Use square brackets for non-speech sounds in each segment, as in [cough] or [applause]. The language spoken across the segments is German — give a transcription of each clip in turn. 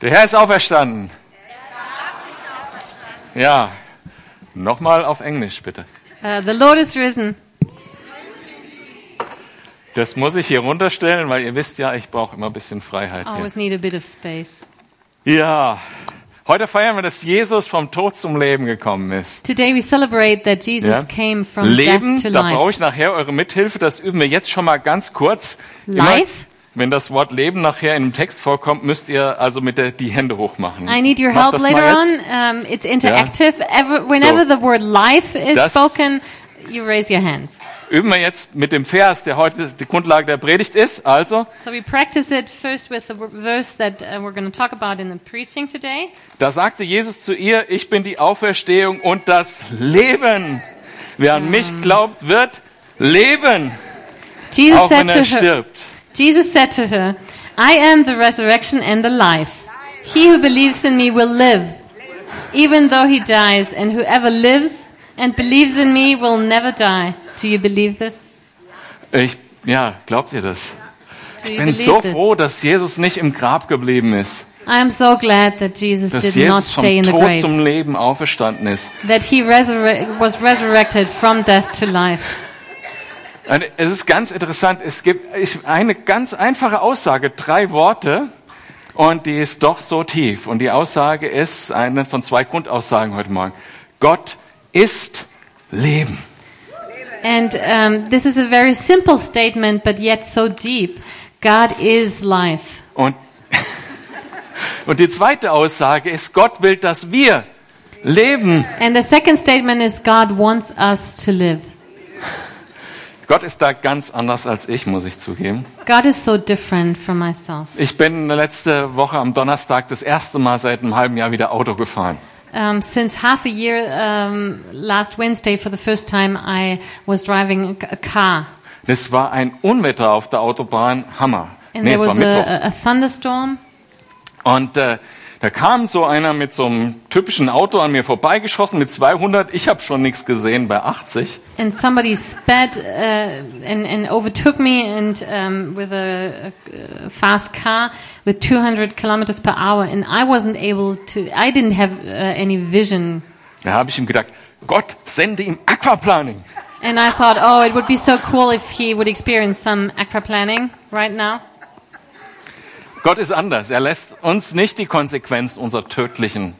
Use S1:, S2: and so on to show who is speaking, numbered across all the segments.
S1: Der Herr ist auferstanden. Ja, nochmal auf Englisch bitte.
S2: Uh, the Lord is risen.
S1: Das muss ich hier runterstellen, weil ihr wisst ja, ich brauche immer ein bisschen Freiheit.
S2: I
S1: Hier.
S2: always need a bit of space.
S1: Ja, heute feiern wir, dass Jesus vom Tod zum Leben gekommen ist.
S2: Today we celebrate that Jesus
S1: Ja?
S2: came from
S1: Leben,
S2: death to
S1: da brauche
S2: life.
S1: ich nachher eure Mithilfe, das üben wir jetzt schon mal ganz kurz. Immer,
S2: Life?
S1: Wenn das Wort Leben nachher in dem Text vorkommt, müsst ihr also mit der, die Hände hochmachen.
S2: I need your
S1: Macht
S2: help
S1: das
S2: later
S1: mal
S2: on.
S1: jetzt.
S2: Um, it's interactive. Ever, whenever
S1: So.
S2: the word life is
S1: Das-
S2: spoken, you raise your hands.
S1: Üben wir jetzt mit dem Vers, der heute die Grundlage der Predigt ist. Also,
S2: So we practice it first with the w- verse that uh, we're going to talk about in the preaching today.
S1: Da sagte Jesus zu ihr, ich bin die Auferstehung und das Leben. Wer an mich glaubt, wird leben,
S2: Jesus
S1: auch
S2: said
S1: wenn
S2: to
S1: er
S2: her,
S1: stirbt.
S2: Jesus said to her, I am the resurrection and the life. He who believes in me will live, even though he dies, and whoever lives and believes in me will never die. Do you believe this?
S1: Ich, ja, glaubt ihr das?
S2: Do you
S1: Ich bin
S2: believe
S1: so
S2: this?
S1: froh, dass Jesus nicht im Grab geblieben ist,
S2: I am so glad that Jesus
S1: dass
S2: did not
S1: Jesus vom
S2: stay in the
S1: Tod
S2: grave,
S1: zum Leben auferstanden ist.
S2: that he resurre- was resurrected from death to life.
S1: Und Es ist ganz interessant, es gibt ich- eine ganz einfache Aussage, drei Worte, und die ist doch so tief. Und die Aussage ist eine von zwei Grundaussagen heute Morgen. Gott ist Leben.
S2: And um, this is a very simple statement, but yet so deep. God is life.
S1: Und, [laughs] und die zweite Aussage ist, Gott will, dass wir leben.
S2: And the second statement is God wants us to live.
S1: Gott ist da ganz anders als ich, muss ich zugeben.
S2: God is so different from myself.
S1: Ich bin letzte Woche am Donnerstag das erste Mal seit einem halben Jahr wieder Auto gefahren.
S2: Um, since half a year um, last Wednesday, for the first time, I was driving a, a car,
S1: Das war ein Unwetter auf der Autobahn, Hammer.
S2: and
S1: nee,
S2: there
S1: es war
S2: was a,
S1: Mittwoch.
S2: a, a thunderstorm.
S1: Und äh, da kam so einer mit so einem typischen Auto an mir vorbeigeschossen mit 200. Ich habe schon nichts gesehen bei 80.
S2: And somebody sped uh, and, and overtook me, and um, with a, a, a fast car with 200 kilometers per hour, and I wasn't able to. I didn't have uh, any vision,
S1: Da habe ich ihm gedacht, Gott sende ihm Aquaplaning.
S2: and I thought, oh, it would be so cool if he would experience some aquaplaning right now.
S1: Gott ist anders. Er lässt uns nicht die Konsequenz unserer tödlichen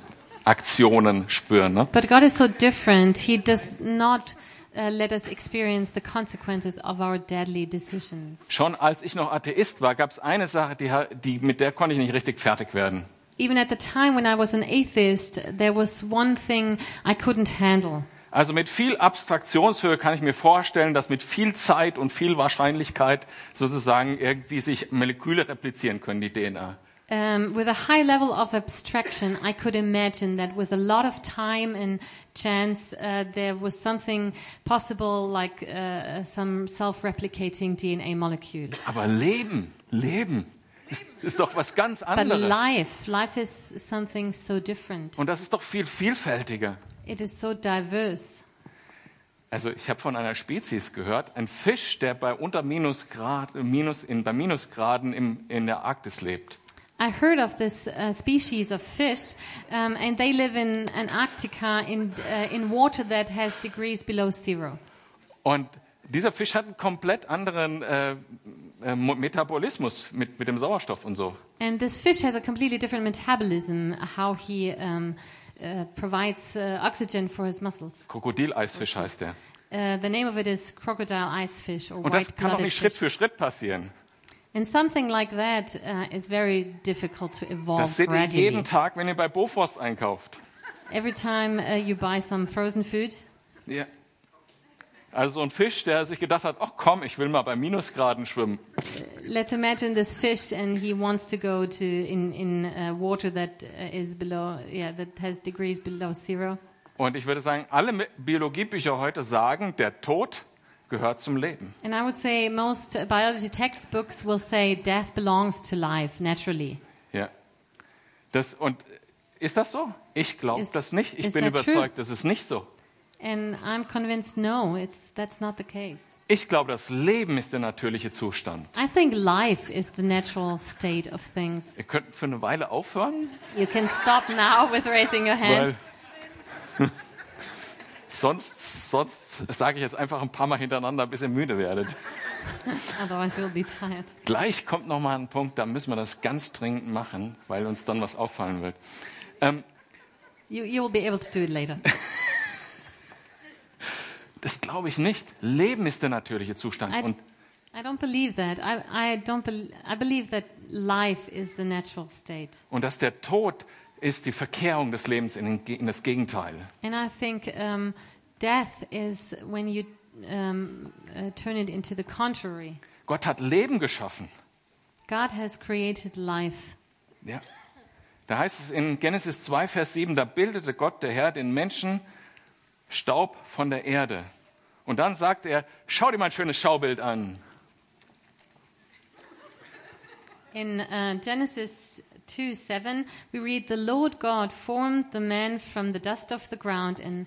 S1: Aktionen spüren. Ne?
S2: But God is so different. He does not uh, let us experience the consequences of our deadly decisions.
S1: Schon als ich noch Atheist war, gab es eine Sache, die, ha- die, mit der konnte ich nicht richtig fertig werden.
S2: Even at the time when I was an atheist, there was one thing I couldn't handle.
S1: Also mit viel Abstraktionshöhe kann ich mir vorstellen, dass mit viel Zeit und viel Wahrscheinlichkeit sozusagen irgendwie sich Moleküle replizieren können, die DNA.
S2: Um, with a high level of abstraction, I could imagine that with a lot of time and chance, uh, there was something possible like uh, some self replicating DNA molecule.
S1: Aber Leben, Leben ist, ist doch was ganz
S2: But
S1: anderes.
S2: life, life is something so different.
S1: Und das ist doch viel vielfältiger.
S2: It is so diverse.
S1: Also ich habe von einer Spezies gehört, ein Fisch, der bei unter Minusgrad, Minus, in, bei Minusgraden im, in der Arktis lebt.
S2: I heard of this uh, species of fish, um, and they live in Antarctica in, uh, in water that has degrees below zero.
S1: Und dieser Fisch hat einen komplett anderen äh, äh, Mo- Metabolismus mit, mit dem Sauerstoff und so.
S2: And this fish has a completely different metabolism, how he um, uh, provides uh, oxygen for his muscles.
S1: Krokodileisfisch heißt der.
S2: Uh, the name of it is crocodile ice fish or
S1: Und das
S2: white
S1: kann doch
S2: blooded
S1: nicht Schritt
S2: fish.
S1: für Schritt passieren.
S2: And something like that uh, is very difficult to evolve
S1: Das seht ihr
S2: gradually.
S1: jeden Tag, wenn ihr bei Bofrost einkauft.
S2: Every time uh, you buy some frozen food,
S1: Ja. Also so ein Fisch, der sich gedacht hat, ach komm, ich will mal bei Minusgraden schwimmen.
S2: Let's imagine this fish, and he wants to go to in in uh, water that uh, is below, yeah, that has degrees below zero.
S1: Und ich würde sagen, alle Mi- Biologiebücher heute sagen, der Tod gehört zum Leben.
S2: And I would say most biology textbooks will say death belongs to life naturally.
S1: Ja. Das, und ist das so? Ich glaube
S2: Ist-
S1: das nicht. Ich
S2: ist
S1: bin
S2: that
S1: überzeugt, das ist nicht so.
S2: And I'm convinced, no, it's that's not the case.
S1: Ich glaube, das Leben ist der natürliche Zustand.
S2: I think life is the natural state of things.
S1: Ihr könnt für eine Weile aufhören,
S2: You can stop now [laughs] with raising your hand.
S1: weil [laughs] sonst, sonst sage ich jetzt einfach ein paar Mal hintereinander, bis ihr müde werdet.
S2: Otherwise, you'll be tired.
S1: Gleich kommt noch mal ein Punkt, da müssen wir das ganz dringend machen, weil uns dann was auffallen wird. Ähm,
S2: You, you will be able to do it later.
S1: das glaube ich nicht. Leben ist der natürliche Zustand.
S2: I,
S1: Und
S2: I don't believe that. I, I don't. Bel I believe that life is the natural state,
S1: Und dass der Tod ist die Verkehrung des Lebens in, den, Ge- in das Gegenteil.
S2: and I think um, death is when you um, uh, turn it into the contrary.
S1: Gott hat Leben geschaffen.
S2: God has created life.
S1: Ja. Da heißt es in Genesis 2, Vers 7, da bildete Gott, der Herr, den Menschen Staub von der Erde. Und dann sagt er, schau dir mein schönes Schaubild an.
S2: In uh, Genesis 2 7, we read, The Lord God formed the man from the dust of the ground, and,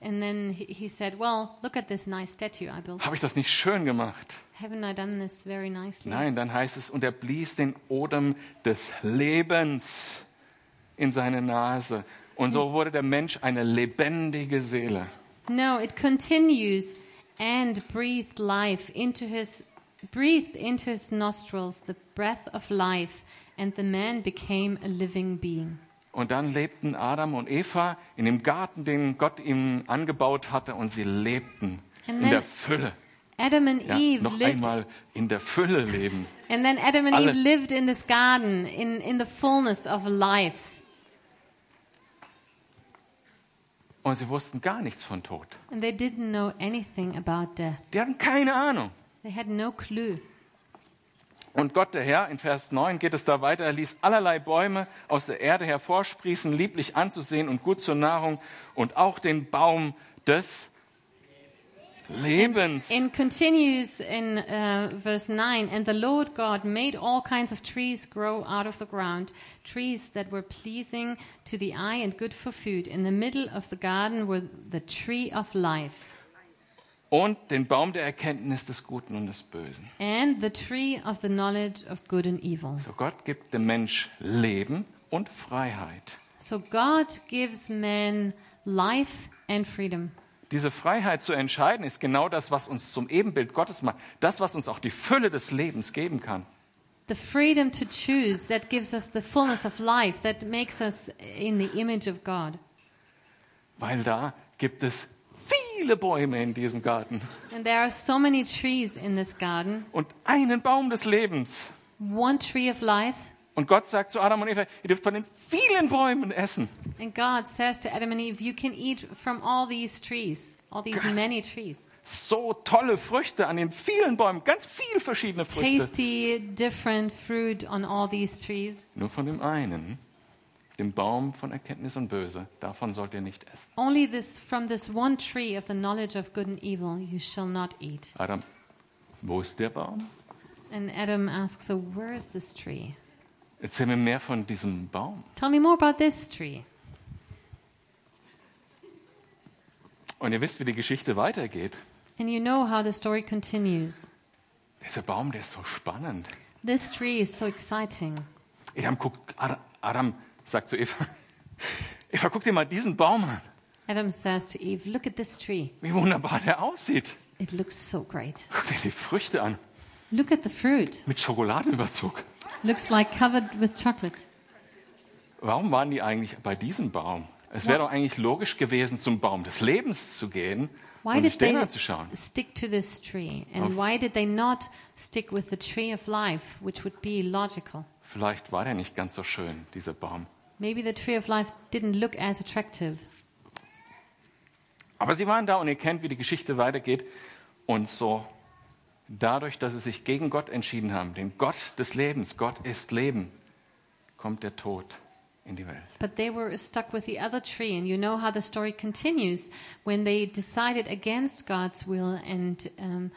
S2: and then he, he said, Well, look at this nice statue I built.
S1: Habe ich das nicht schön gemacht?
S2: Haven't I done this very nicely?
S1: Nein, dann heißt es, und er blies den Odem des Lebens in seine Nase. Und so wurde der Mensch eine lebendige Seele.
S2: No, it continues and breathed life into his breathed into his nostrils the breath of life and the man became a living being.
S1: Und dann lebten Adam und Eva in dem Garten, den Gott ihm angebaut hatte, und sie lebten in
S2: Amen.
S1: der Fülle.
S2: Adam and
S1: Ja,
S2: Eve
S1: noch
S2: lived
S1: einmal in der Fülle leben.
S2: and then Adam and
S1: Alle.
S2: Eve lived in this garden in in the fullness of life
S1: Und sie wussten gar nichts von Tod.
S2: and they didn't know anything about death.
S1: Die hatten keine Ahnung.
S2: They had no clue.
S1: Und Gott, der Herr, in Vers 9 geht es da weiter, er ließ allerlei Bäume aus der Erde hervorsprießen, lieblich anzusehen und gut zur Nahrung, und auch den Baum des Lebens.
S2: And continues in uh, verse 9 And the Lord God made all kinds of trees grow out of the ground, trees that were pleasing to the eye and good for food. In the middle of the garden were the tree of life
S1: und den Baum der Erkenntnis des Guten und des Bösen.
S2: and the tree of the knowledge of good and evil.
S1: So Gott gibt dem Mensch Leben und Freiheit.
S2: So God gives man life and freedom.
S1: Diese Freiheit zu entscheiden ist genau das, was uns zum Ebenbild Gottes macht. Das, was uns auch die Fülle des Lebens geben kann.
S2: The freedom to choose that gives us the fullness of life, that makes us in the image of God.
S1: Weil da gibt es viele Bäume in diesem Garten
S2: And there are so many trees in this garden.
S1: und einen Baum des Lebens.
S2: one tree of life,
S1: Und Gott sagt zu Adam und Eva, ihr dürft von den vielen Bäumen essen.
S2: and God says to Adam and Eve, You can eat from all these trees, all these many trees.
S1: So tolle Früchte an den vielen Bäumen, ganz viel verschiedene Früchte.
S2: Tasty, different fruit on all these trees.
S1: Nur von dem einen, dem Baum von Erkenntnis und Böse, davon sollt ihr nicht essen.
S2: Only this from this one tree of the knowledge of good and evil you shall not eat.
S1: Adam, wo ist der Baum?
S2: And Adam asks, So where is this tree?
S1: Erzähl mir mehr von diesem Baum.
S2: Tell me more about this tree.
S1: Und ihr wisst, wie die Geschichte weitergeht.
S2: And you know how the story continues.
S1: Dieser Baum, der ist so spannend.
S2: This tree is so exciting.
S1: Adam, guckt, Ad- Adam sagt zu Eva, Eva, guck dir mal diesen Baum an,
S2: Adam says to Eve, Look at this tree.
S1: wie wunderbar der aussieht.
S2: It looks so great.
S1: Guck dir die Früchte an,
S2: Look at the fruit.
S1: mit Schokoladenüberzug.
S2: Looks like covered with chocolate.
S1: Warum waren die eigentlich bei diesem Baum? Es wäre doch eigentlich logisch gewesen, zum Baum des Lebens zu gehen
S2: Why
S1: und
S2: did
S1: sich den
S2: they
S1: anzuschauen.
S2: stick to this tree? And why did they not stick with the tree of life, which would be logical?
S1: Vielleicht war der nicht ganz so schön, dieser Baum.
S2: Maybe the tree of life didn't look as attractive.
S1: Aber sie waren da und ihr kennt, wie die Geschichte weitergeht. Und so, dadurch, dass sie sich gegen Gott entschieden haben, den Gott des Lebens, Gott ist Leben, kommt der Tod in die Welt.
S2: But they were stuck with the other tree, and you know how the story continues. When they decided against God's will, and um,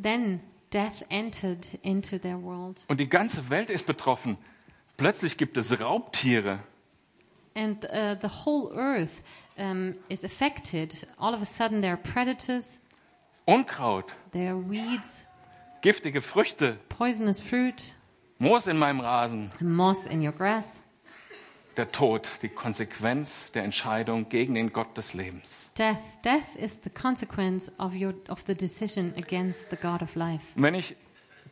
S2: then death entered into their world.
S1: Und die ganze Welt ist betroffen. Plötzlich gibt es Raubtiere.
S2: And uh, the whole earth um, is affected. All of a sudden, there are predators
S1: Unkraut,
S2: There are weeds,
S1: giftige Früchte,
S2: poisonous fruit,
S1: Moos in meinem Rasen.
S2: and moss in your grass.
S1: Der Tod, die Konsequenz der Entscheidung gegen den Gott des Lebens.
S2: Death. Death is the consequence of, your, of the decision against the God of life.
S1: Und wenn ich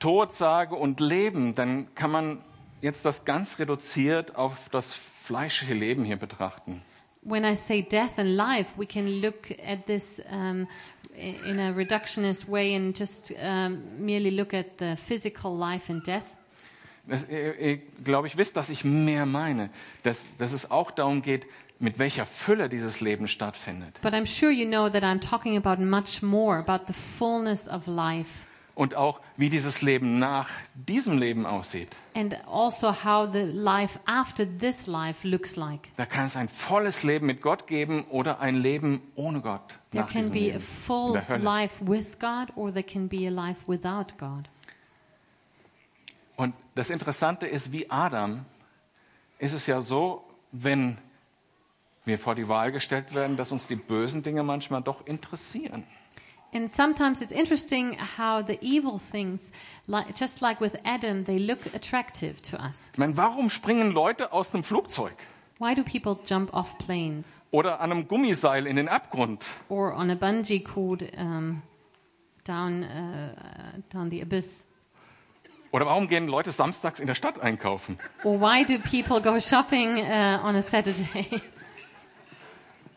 S1: Tod sage und Leben, dann kann man jetzt das ganz reduziert auf das fleischliche Leben hier betrachten.
S2: When I say death and life, we can look at this um, i- in a reductionist way and just um, merely look at the physical life and death.
S1: Das, ihr, ihr, glaube ich, wisst, dass ich mehr meine, dass, dass es auch darum geht, mit welcher Fülle dieses Leben stattfindet.
S2: But I'm sure you know that I'm talking about much more about the fullness of life
S1: Und auch, wie dieses Leben nach diesem Leben aussieht.
S2: and also how the life after this life looks like.
S1: Da kann es ein volles Leben mit Gott geben oder ein Leben ohne Gott.
S2: There
S1: Nach
S2: can
S1: diesem
S2: be a
S1: Leben. In
S2: full
S1: der Hölle.
S2: life with God or there can be a life without God.
S1: Und das Interessante ist, wie Adam ist es ja so, wenn wir vor die Wahl gestellt werden, dass uns die bösen Dinge manchmal doch interessieren.
S2: And sometimes it's interesting how the evil things, like, just like with Adam, they look attractive to us.
S1: Ich meine, warum springen Leute aus einem Flugzeug
S2: Why do people jump off planes
S1: oder an einem Gummiseil in den Abgrund?
S2: or on a bungee cord um, down, uh, uh, down the abyss?
S1: Oder warum gehen Leute samstags in der Stadt einkaufen?
S2: Or why do people go shopping uh, on a Saturday? [laughs]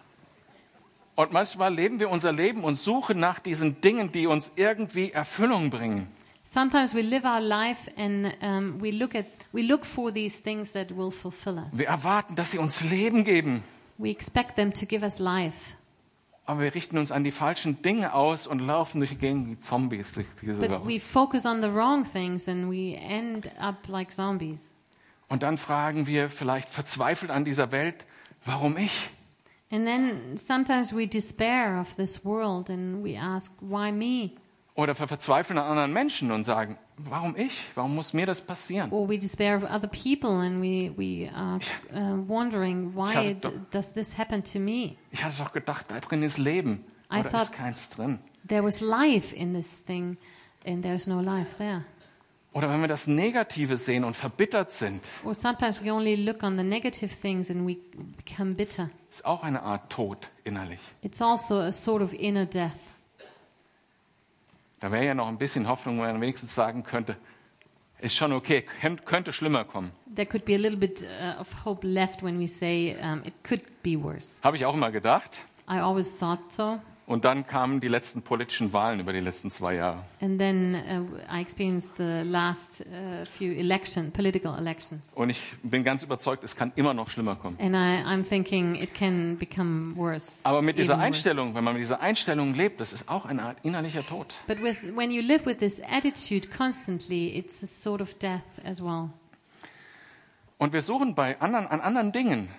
S1: Und manchmal leben wir unser Leben und suchen nach diesen Dingen, die uns irgendwie Erfüllung bringen.
S2: Sometimes we live our life and um, we look at we look for these things that will fulfill us.
S1: Wir erwarten, dass sie uns Leben geben,
S2: We expect them to give us life,
S1: aber wir richten uns an die falschen Dinge aus und laufen durch die Gegend wie Zombies durch diese
S2: but
S1: Welt.
S2: we focus on the wrong things and we end up like zombies.
S1: Und dann fragen wir vielleicht verzweifelt an dieser Welt, warum ich?
S2: And then sometimes we despair of this world and we ask, why me?
S1: Oder wir verzweifeln an anderen Menschen und sagen, warum ich? Warum muss mir das passieren?
S2: Or we despair of other people and we, we are uh, wondering,
S1: Ja,
S2: why
S1: doch.
S2: d- does this happen to me?
S1: Ich hatte doch gedacht, da drin ist Leben.
S2: I
S1: Oder
S2: thought-
S1: ist keins drin?
S2: There was life in this thing and there's no life there.
S1: Oder wenn wir das Negative sehen und verbittert sind,
S2: Or sometimes we only look on the negative things and we become bitter.
S1: ist auch eine Art Tod innerlich.
S2: It's also a sort of inner death.
S1: Da wäre ja noch ein bisschen Hoffnung, wenn man wenigstens sagen könnte, ist schon okay, könnt- könnte schlimmer kommen.
S2: There could be a little bit uh, of hope left when we say um, it could be worse.
S1: Habe ich auch immer gedacht.
S2: I always thought so.
S1: Und dann kamen die letzten politischen Wahlen über die letzten zwei Jahre.
S2: And then uh, I experienced the last uh, few election, political elections.
S1: Und ich bin ganz überzeugt, es kann immer noch schlimmer kommen.
S2: And I, I'm thinking it can become worse.
S1: Aber mit dieser
S2: even worse.
S1: Einstellung, wenn man mit dieser Einstellung lebt, das ist auch eine Art innerlicher Tod.
S2: But with, when you live with this attitude constantly, it's a sort of death as well.
S1: Und wir suchen bei anderen, an anderen Dingen.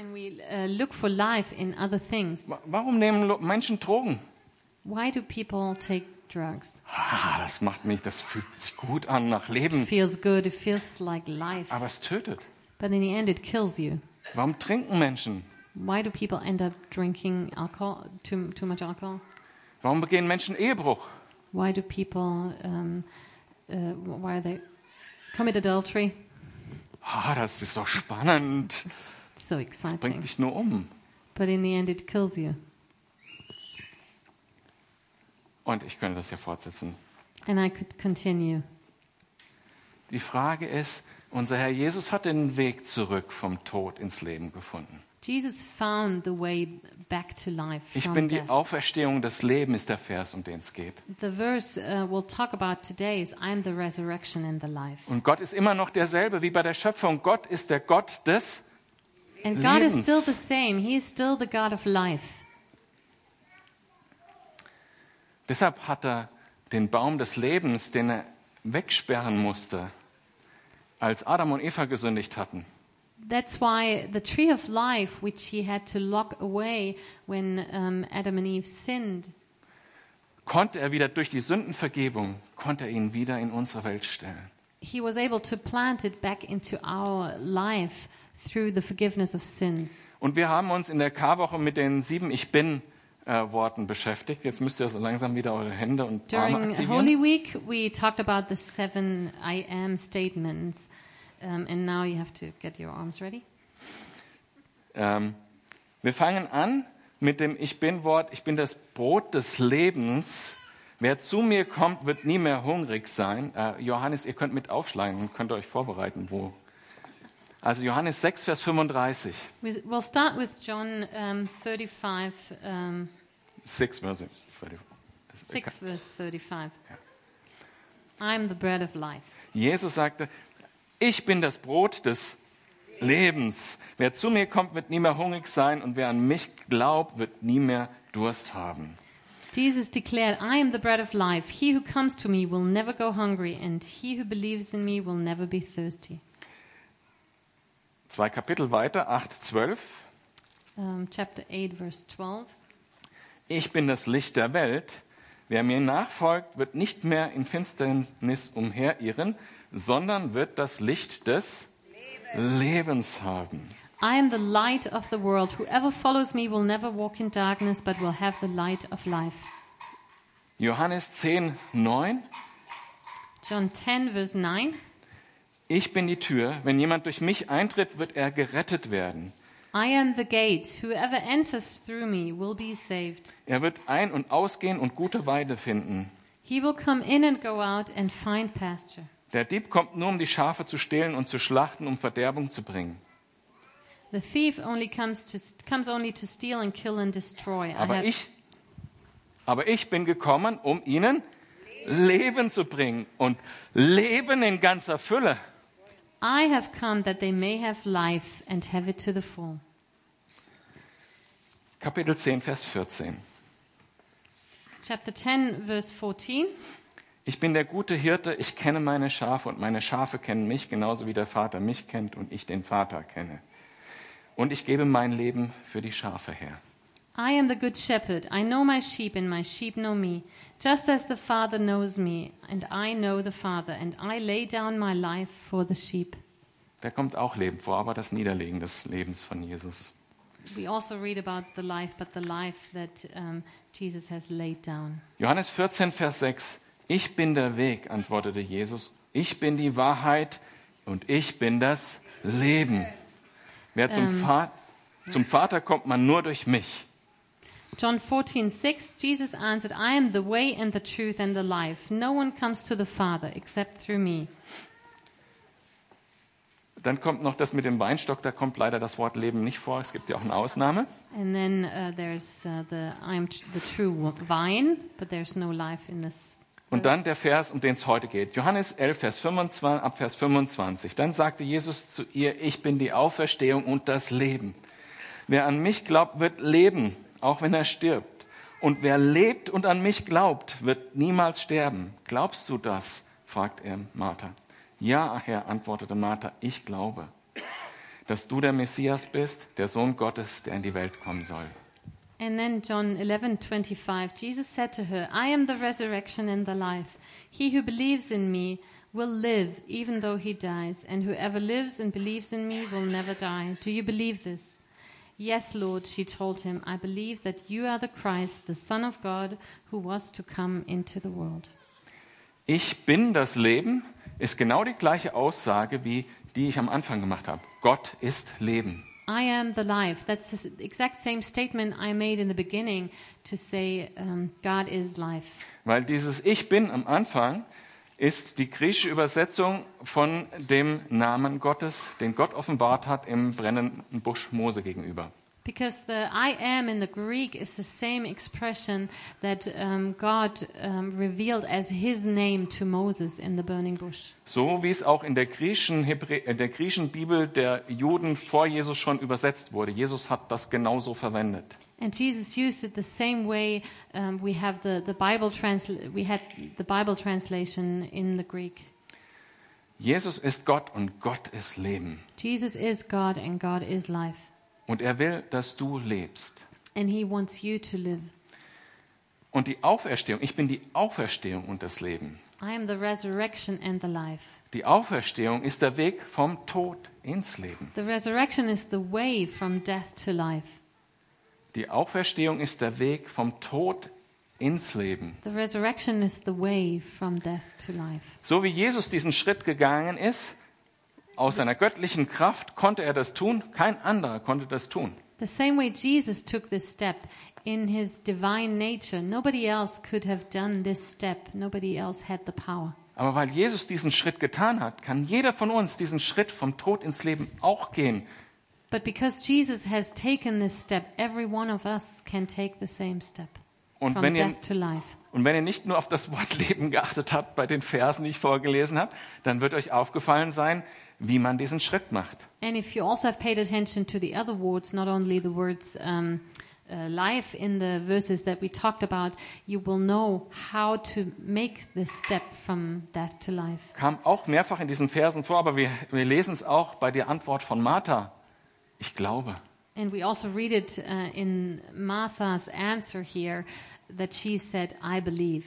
S2: And we uh, look for life in other things.
S1: Wa- Warum nehmen Lo- Menschen Drogen?
S2: Why do people take drugs?
S1: Ah, das macht mich, das fühlt sich gut an nach
S2: It
S1: Leben,
S2: feels good, it feels like life.
S1: aber es tötet.
S2: But in the end, it kills you.
S1: Warum trinken Menschen?
S2: Why do people end up drinking alcohol, too, too much alcohol?
S1: Warum begehen Menschen Ehebruch?
S2: Why do people, um, uh, why are they commit adultery?
S1: Ah, das ist doch spannend.
S2: It's so
S1: Bringt
S2: exciting.
S1: dich nur um.
S2: But in the end, it kills you.
S1: Und ich könnte das ja fortsetzen.
S2: And I could continue.
S1: Die Frage ist, unser Herr Jesus hat den Weg zurück vom Tod ins Leben gefunden.
S2: Jesus found the way back to life
S1: Ich
S2: from
S1: bin die
S2: death.
S1: Auferstehung des Lebens, ist der Vers, um den es geht.
S2: The verse uh, we'll talk about today is I'm the resurrection and the life.
S1: Und Gott ist immer noch derselbe wie bei der Schöpfung. Gott ist der Gott des.
S2: And God is
S1: Lebens.
S2: still the same. He is still the God of life.
S1: Deshalb hat er den Baum des Lebens, den er wegsperren musste, als Adam und Eva gesündigt hatten.
S2: That's why the tree of life, which he had to lock away when um, Adam and Eve sinned,
S1: Konnte er wieder durch die Sündenvergebung, konnte er ihn wieder in unsere Welt stellen.
S2: he was able to plant it back into our life through the forgiveness of sins.
S1: Und wir haben uns in der Karwoche mit den sieben Ich Bin äh, äh, Worten beschäftigt. Jetzt müsst ihr so langsam wieder eure Hände und Arme
S2: During
S1: aktivieren.
S2: Holy Week, we talked about the seven I am statements, um, and now you have to get your arms ready.
S1: Ähm, wir fangen an mit dem Ich bin-Wort. Ich bin das Brot des Lebens. Wer zu mir kommt, wird nie mehr hungrig sein. Äh, Johannes, ihr könnt mit aufschlagen und könnt euch vorbereiten, wo. Also Johannes 6, Vers 35.
S2: We- We'll start with John um, 35, um,
S1: 6, Vers 35.
S2: 6, verse 35. I am the bread of life.
S1: Jesus sagte, ich bin das Brot des Lebens. Wer zu mir kommt, wird nie mehr hungrig sein und wer an mich glaubt, wird nie mehr Durst haben.
S2: Jesus declared, I am the bread of life. He who comes to me will never go hungry, and he who believes in me will never be thirsty.
S1: Zwei Kapitel weiter, 8, 12.
S2: Um, chapter 8, verse 12.
S1: Ich bin das Licht der Welt. Wer mir nachfolgt, wird nicht mehr in Finsternis umherirren, sondern wird das Licht des Lebens haben.
S2: I am the light of the world. Whoever follows me will never walk in darkness, but will have the light of life.
S1: Johannes 10, 9.
S2: John 10, verse 9.
S1: Ich bin die Tür. Wenn jemand durch mich eintritt, wird er gerettet werden.
S2: I am the gate. Whoever enters through me will be saved.
S1: Er wird ein- und ausgehen und gute Weide finden.
S2: He will come in and go out and find pasture.
S1: Der Dieb kommt nur, um die Schafe zu stehlen und zu schlachten, um Verderbung zu bringen.
S2: The thief only comes to comes only to steal and kill and destroy. I
S1: Aber
S2: have-
S1: ich, aber ich bin gekommen, um ihnen Leben zu bringen und Leben in ganzer Fülle.
S2: I have come that they may have life and have it to the full.
S1: Kapitel 10, Vers 14.
S2: Chapter 10, verse 14.
S1: Ich bin der gute Hirte, ich kenne meine Schafe und meine Schafe kennen mich, genauso wie der Vater mich kennt und ich den Vater kenne. Und ich gebe mein Leben für die Schafe her.
S2: I am the good shepherd. I know my sheep, and my sheep know me. Just as the Father knows me, and I know the Father, and I lay down my life for the sheep.
S1: Da kommt auch Leben vor, aber das Niederlegen des Lebens von Jesus.
S2: We also read about the life, but the life that um, Jesus has laid down.
S1: Johannes 14, Vers 6. Ich bin der Weg, antwortete Jesus. Ich bin die Wahrheit und ich bin das Leben. Wer zum, Va zum Vater kommt, man nur durch mich.
S2: John 14:6 Jesus answered, "I am the way and the truth and the life. No one comes to the Father except through me."
S1: Dann kommt noch das mit dem Weinstock, da kommt leider das Wort Leben nicht vor. Es gibt ja auch eine Ausnahme.
S2: And then uh, there's uh, the "I am tr- the true vine," but there's no life in this.
S1: Und dann der Vers, um den es heute geht. Johannes 11, Vers 25, ab Vers 25. Dann sagte Jesus zu ihr, ich bin die Auferstehung und das Leben. Wer an mich glaubt, wird leben, auch wenn er stirbt. Und wer lebt und an mich glaubt, wird niemals sterben. Glaubst du das? fragt er Martha. Ja, Herr, antwortete Martha, ich glaube, dass du der Messias bist, der Sohn Gottes, der in die Welt kommen soll.
S2: And then John 11:25 Jesus said to her, "I am the resurrection and the life. He who believes in me will live even though he dies, and whoever lives and believes in me will never die. Do you believe this?" "Yes, Lord," she told him. "I believe that you are the Christ, the Son of God, who was to come into the world."
S1: Ich bin das Leben ist genau die gleiche Aussage, wie die ich am Anfang gemacht habe. Gott ist Leben.
S2: I am the life. That's the s- exact same statement I made in the beginning to say um, God is life.
S1: Weil dieses Ich bin am Anfang ist die griechische Übersetzung von dem Namen Gottes, den Gott offenbart hat im brennenden Busch Mose gegenüber.
S2: Because the I am in the Greek is the same expression that um, God um, revealed as his name to Moses in the burning bush.
S1: So wie es auch in der griechischen, Hebrä äh, der griechischen Bibel der Juden vor Jesus schon übersetzt wurde. Jesus hat das genauso verwendet.
S2: And Jesus used it the same way um, we have the, the Bible transla- we had the Bible translation in the Greek.
S1: Jesus ist Gott und Gott ist Leben.
S2: Jesus is God and God is life.
S1: Und er will, dass du lebst.
S2: And he wants you to live.
S1: Und die Auferstehung, ich bin die Auferstehung und das Leben.
S2: I am the resurrection and the life.
S1: Die Auferstehung ist der Weg vom Tod ins Leben.
S2: The resurrection is the way from death to life.
S1: Die Auferstehung ist der Weg vom Tod ins Leben.
S2: The resurrection is the way from death to life.
S1: So wie Jesus diesen Schritt gegangen ist, aus seiner göttlichen Kraft konnte er das tun, kein anderer konnte das tun.
S2: The same way Jesus took this step in his divine nature, nobody else could have done this step. Nobody else had the power.
S1: Aber weil Jesus diesen Schritt getan hat, kann jeder von uns diesen Schritt vom Tod ins Leben auch gehen.
S2: But because Jesus has taken this step, every one of us can take the same step
S1: Und
S2: from
S1: wenn ihr-
S2: death to life.
S1: Und wenn ihr nicht nur auf das Wort [laughs] Leben geachtet habt bei den Versen, die ich vorgelesen habe, dann wird euch aufgefallen sein, wie man diesen Schritt macht.
S2: And if you also have paid attention to the other words, not only the words um, uh, life in the verses that we talked about, you will know how to make this step from death to life.
S1: Kam auch mehrfach in diesen Versen vor, aber wir, wir lesen es auch bei der Antwort von Martha. Ich glaube.
S2: And we also read it uh, in Martha's answer here that she said, I believe.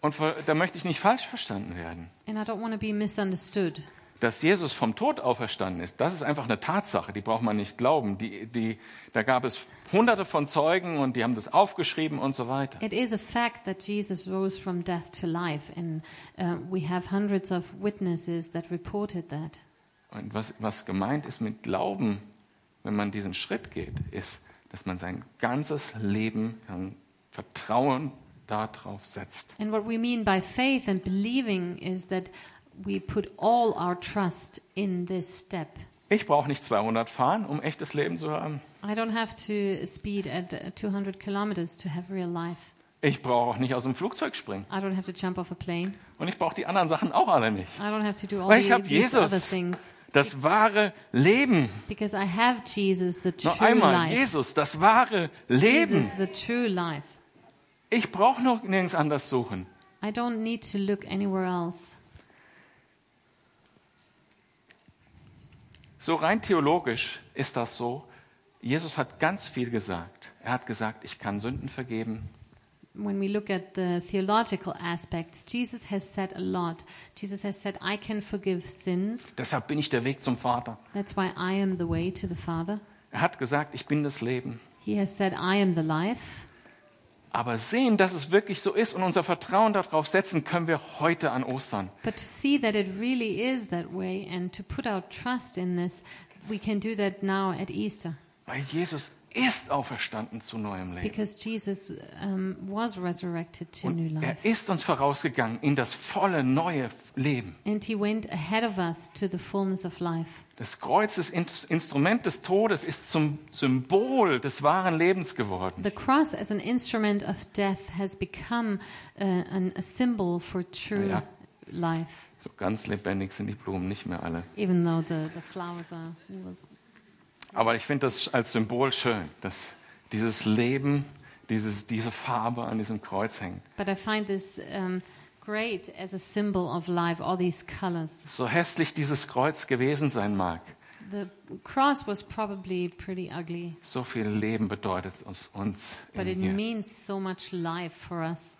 S1: Und vor- da möchte ich nicht falsch verstanden werden.
S2: And I don't want to be misunderstood.
S1: Dass Jesus vom Tod auferstanden ist, das ist einfach eine Tatsache, die braucht man nicht glauben. Die, die, da gab es hunderte von Zeugen und die haben das aufgeschrieben und so weiter.
S2: It is a fact that Jesus rose from death to life, and uh, we have hundreds of witnesses that reported that.
S1: Und was, was gemeint ist mit Glauben, wenn man diesen Schritt geht, ist, dass man sein ganzes Leben an Vertrauen darauf setzt.
S2: And what we mean by faith and believing is that we put all our trust in this step.
S1: Ich brauche nicht 200 fahren, um echtes Leben zu haben.
S2: I don't have to speed at uh, 200 kilometers to have real life.
S1: Ich brauche auch nicht aus dem Flugzeug springen.
S2: I don't have to jump off a plane.
S1: Und ich brauche die anderen Sachen auch alle nicht.
S2: I don't have to do all
S1: Weil ich
S2: the-
S1: habe
S2: these other
S1: Jesus,
S2: things
S1: das wahre Leben.
S2: because I have Jesus, the true
S1: Noch einmal,
S2: life.
S1: Jesus, das wahre
S2: Jesus,
S1: Leben.
S2: the true life.
S1: Ich brauche noch nirgends anders suchen.
S2: I don't need to look anywhere else.
S1: So rein theologisch ist das so. Jesus hat ganz viel gesagt. Er hat gesagt, ich kann Sünden vergeben,
S2: when we look at the theological aspects, Jesus has said a lot. Jesus has said, I can forgive sins.
S1: Deshalb bin ich der Weg zum Vater.
S2: That's why I am the way to the Father.
S1: Er hat gesagt, ich bin das Leben.
S2: He has said, I am the life.
S1: Aber sehen, dass es wirklich so ist und unser Vertrauen darauf setzen, können wir heute an Ostern.
S2: But to see that it really is that way and to put our trust in this, we can do that now at Easter
S1: Weil Jesus ist auferstanden zu neuem Leben.
S2: because Jesus um, was resurrected to new
S1: Und er
S2: life.
S1: ist uns vorausgegangen in das volle neue Leben.
S2: And he went ahead of us to the fullness of life.
S1: Das Kreuz, das In- Instrument des Todes, ist zum Symbol des wahren Lebens geworden.
S2: The cross, as an instrument of death, has become uh, an, a symbol for true
S1: Yeah.
S2: life.
S1: So ganz lebendig sind die Blumen nicht mehr alle.
S2: even though the, the flowers are.
S1: Aber ich finde das als Symbol schön, dass dieses Leben, dieses, diese Farbe an diesem Kreuz hängt.
S2: But I find this um, great as a symbol of life, all these colors.
S1: So hässlich dieses Kreuz gewesen sein mag,
S2: The cross was probably pretty ugly,
S1: so viel Leben bedeutet es uns.
S2: but it
S1: In hier.
S2: means so much life for us.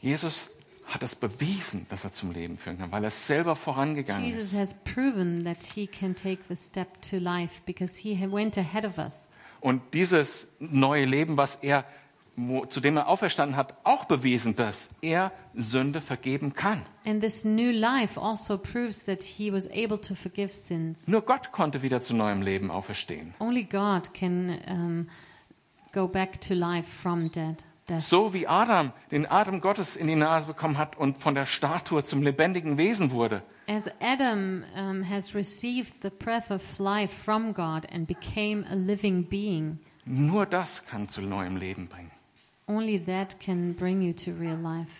S1: Jesus hat es bewiesen, dass er zum Leben führen kann, weil er selber vorangegangen
S2: Jesus
S1: ist.
S2: has proven that he can take the step to life because he ha- went ahead of us.
S1: Und dieses neue Leben, was er, wo, zu dem er auferstanden hat, auch bewiesen, dass er Sünde vergeben kann.
S2: And this new life also proves that he was able to forgive sins.
S1: Nur Gott konnte wieder zu neuem Leben auferstehen.
S2: Only God can um, go back to life from dead, death.
S1: So wie Adam den Atem Gottes in die Nase bekommen hat und von der Statue zum lebendigen Wesen wurde,
S2: As Adam um, has received the breath of life from God and became a living being,
S1: nur das kann zu neuem Leben bringen.
S2: only that can bring you to real life.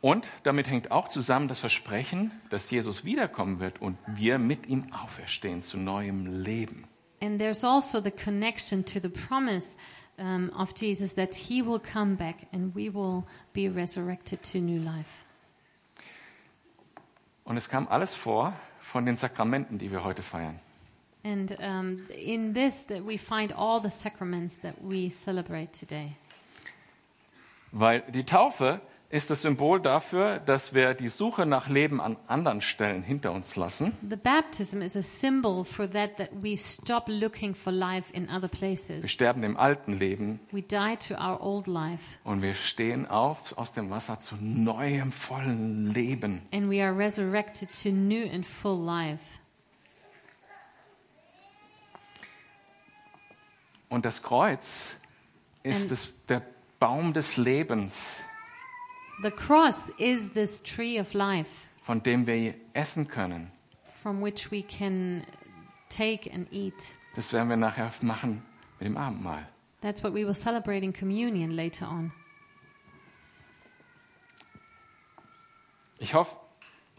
S1: Und damit hängt auch zusammen das Versprechen, dass Jesus wiederkommen wird und wir mit ihm auferstehen zu neuem Leben.
S2: And there's also the connection to the promise um, of Jesus that he will come back and we will be resurrected to new life.
S1: Und es kam alles vor von den Sakramenten, die wir heute feiern.
S2: And um, in this, that we find all the sacraments that we celebrate today.
S1: Weil die Taufe ist das Symbol dafür, dass wir die Suche nach Leben an anderen Stellen hinter uns lassen
S2: The baptism is a symbol for that that we stop looking for life in other
S1: Wir
S2: places.
S1: sterben dem alten Leben
S2: We die to our old life
S1: und wir stehen auf aus dem Wasser zu neuem, vollen Leben.
S2: and we are resurrected to new and full life.
S1: Und das Kreuz ist
S2: Ähm.
S1: es, der Baum des Lebens,
S2: The cross is this tree of life
S1: von dem wir essen können.
S2: from which we can take and eat.
S1: Das werden wir nachher machen mit dem Abendmahl.
S2: That's what we will celebrate in communion later on.
S1: Ich hoffe,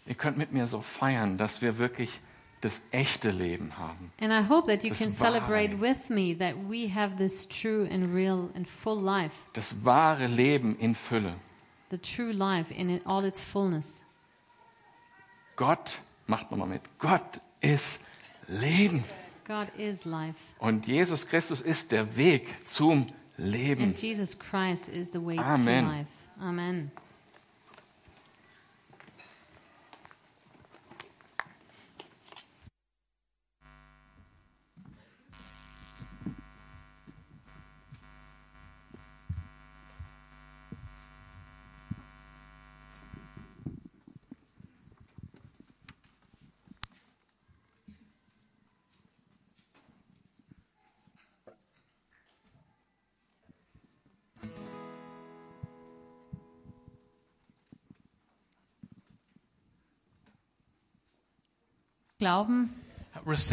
S1: ihr könnt mit mir so feiern, dass wir wirklich das echte Leben haben.
S2: And I hope that you
S1: Das
S2: can
S1: Wahre.
S2: celebrate with me that we have this true and real and full life,
S1: Das wahre Leben in Fülle.
S2: the true life in it, all its fullness.
S1: Gott, macht nochmal mit, Gott ist Leben.
S2: God is life,
S1: Und Jesus Christus ist der Weg zum Leben.
S2: and Jesus Christ is the way
S1: Mm. Amen.
S2: to life. Amen. Glauben
S3: Receive